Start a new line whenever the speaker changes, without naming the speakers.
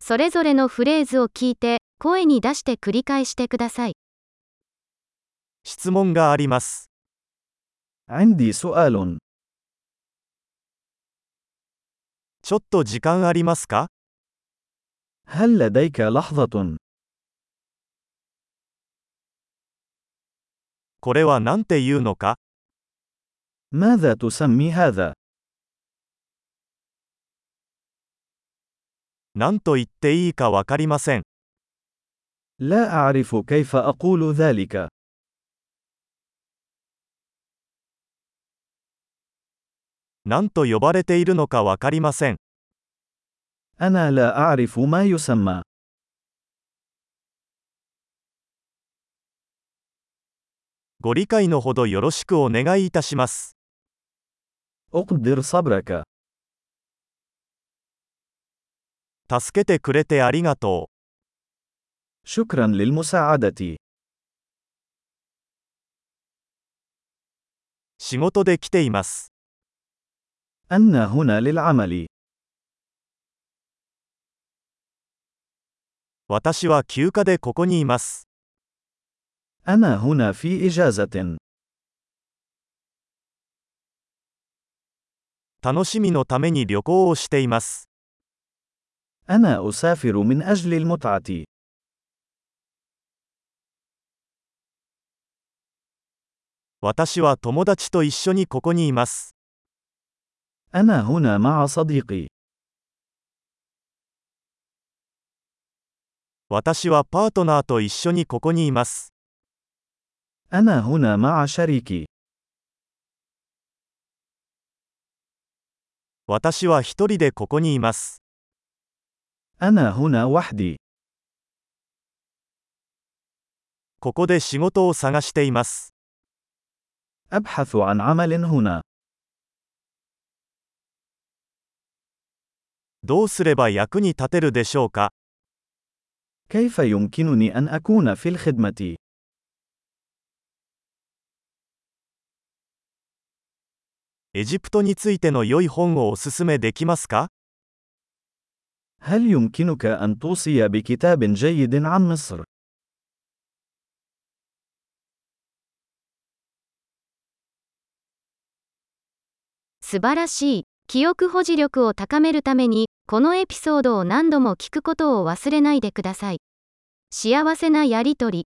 それぞれのフレーズを聞いて、声に出して繰り返してください。
質問があります。
عندي سؤال
ちょっと時間ありますか
هل لديك لحظة
これは何て言うのか
ماذا تسمي هذا
何と言っていいかわかりません。
لا أعرف كيف أقول ذلك
何と呼ばれているのかわかりません。
أنا لا أعرف ما يسمى
ご理解のほどよろしくお願いいたします。
أقدر صبرك
助けてくれてありがとう。
شكرا للمساعدة
仕事で来ています。
أنا هنا للعمل
私は休暇でここにいます。
أنا هنا في إجازة
楽しみのために旅行をしています。
أنا أسافر من أجل المتعة
私は友達と一緒にここにいます。
أنا هنا مع صديقي
私はパートナーと一緒にここにいます。
أنا هنا مع شريكي
私は一人でここにいます。
أنا هنا وحدي
ここで仕事を探しています。
أبحث عن عمل هنا
どうすれば役に立てるでしょうか
كيف يمكنني أن أكون في الخدمة
エジプトについての良い本をおすすめできますか
هل يمكنك أن توصي بكتاب جيد عن مصر؟
素晴らしい。記憶保持力を高めるために、このエピソードを何度も聞くことを忘れないでください。幸せなやりとり。